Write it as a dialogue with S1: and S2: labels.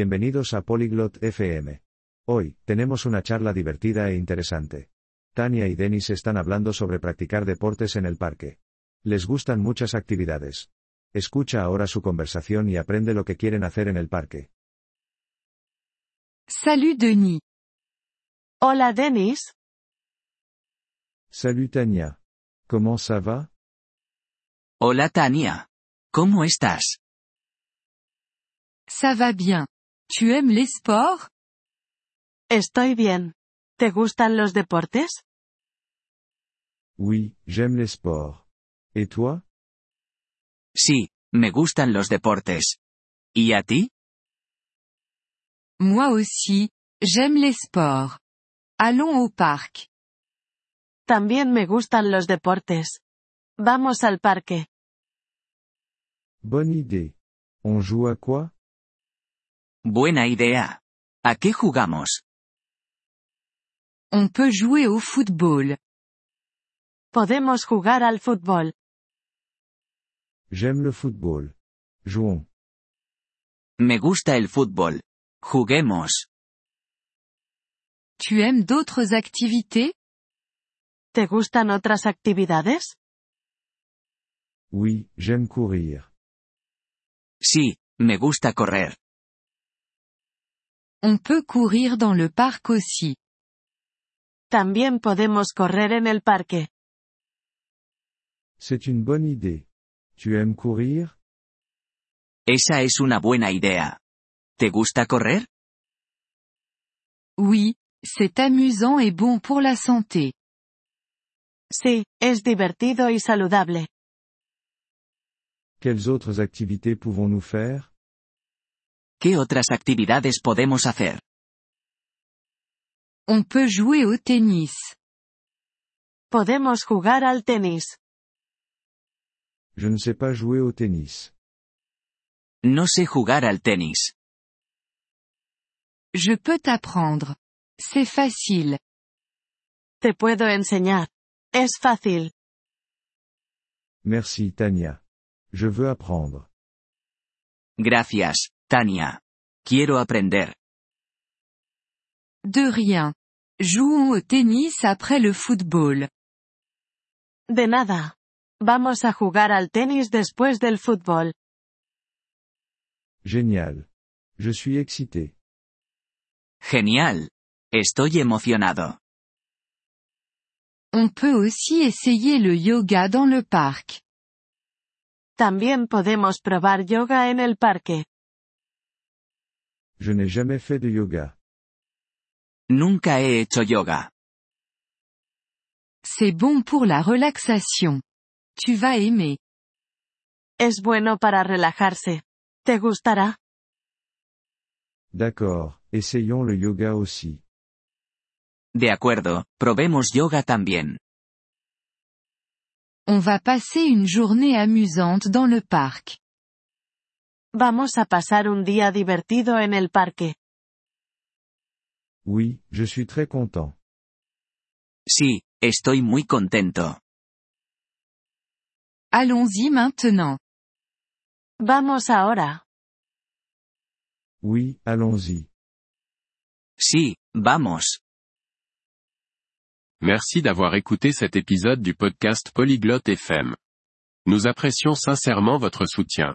S1: Bienvenidos a Polyglot FM. Hoy, tenemos una charla divertida e interesante. Tania y Denis están hablando sobre practicar deportes en el parque. Les gustan muchas actividades. Escucha ahora su conversación y aprende lo que quieren hacer en el parque.
S2: Salut Denis.
S3: Hola Denis,
S1: Salut Tania. Comment ça va?
S4: Hola Tania. ¿Cómo estás?
S2: Ça va bien. Tu aimes les sports
S3: estoy bien. ¿Te gustan los deportes?
S1: Oui, j'aime les sports. Et toi?
S4: Sí, me gustan los deportes. ¿Y a ti?
S2: Moi aussi, j'aime les sports. Allons au parc.
S3: También me gustan los deportes. Vamos al parque.
S1: Bonne idée. On joue à quoi?
S4: Buena idea. ¿A qué jugamos?
S2: On peut jouer au football.
S3: Podemos jugar al fútbol.
S1: J'aime le football. Jouons.
S4: Me gusta el fútbol. Juguemos.
S2: Tu aimes d'autres activités
S3: ¿Te gustan otras actividades?
S1: Oui, j'aime courir.
S4: Sí, me gusta correr.
S2: On peut courir dans le parc aussi.
S3: También podemos correr en el parque.
S1: C'est une bonne idée. Tu aimes courir?
S4: Esa es una buena idea. ¿Te gusta correr?
S2: Oui, c'est amusant et bon pour la santé.
S3: Sí, es divertido y saludable.
S1: Quelles autres activités pouvons-nous faire?
S4: ¿Qué otras actividades podemos hacer?
S2: On peut jouer au tennis.
S3: Podemos jugar al tenis.
S1: Je ne sais pas jouer au tennis.
S4: No sé jugar al tenis.
S2: Je peux t'apprendre. C'est facile.
S3: Te puedo enseñar. Es fácil.
S1: Merci Tania. Je veux apprendre.
S4: Gracias, Tania. Quiero aprender.
S2: De rien. Jouons au tennis après le football.
S3: De nada. Vamos a jugar al tenis después del fútbol.
S1: Génial. Je suis excité.
S4: Genial. Estoy emocionado.
S2: On peut aussi essayer le yoga dans le parc.
S3: También podemos probar yoga en el parque.
S1: Je n'ai jamais fait de yoga.
S4: Nunca he hecho yoga.
S2: C'est bon pour la relaxation. Tu vas aimer.
S3: Es bueno para relajarse. ¿Te gustará?
S1: D'accord, essayons le yoga aussi.
S4: De acuerdo, probemos yoga también.
S2: On va passer une journée amusante dans le parc.
S3: Vamos a pasar un día divertido en el parque.
S1: Oui, je suis très content.
S4: Sí, estoy muy contento.
S2: Allons-y maintenant.
S3: Vamos ahora.
S1: Oui, allons-y.
S4: Sí, vamos.
S5: Merci d'avoir écouté cet épisode du podcast Polyglotte FM. Nous apprécions sincèrement votre soutien.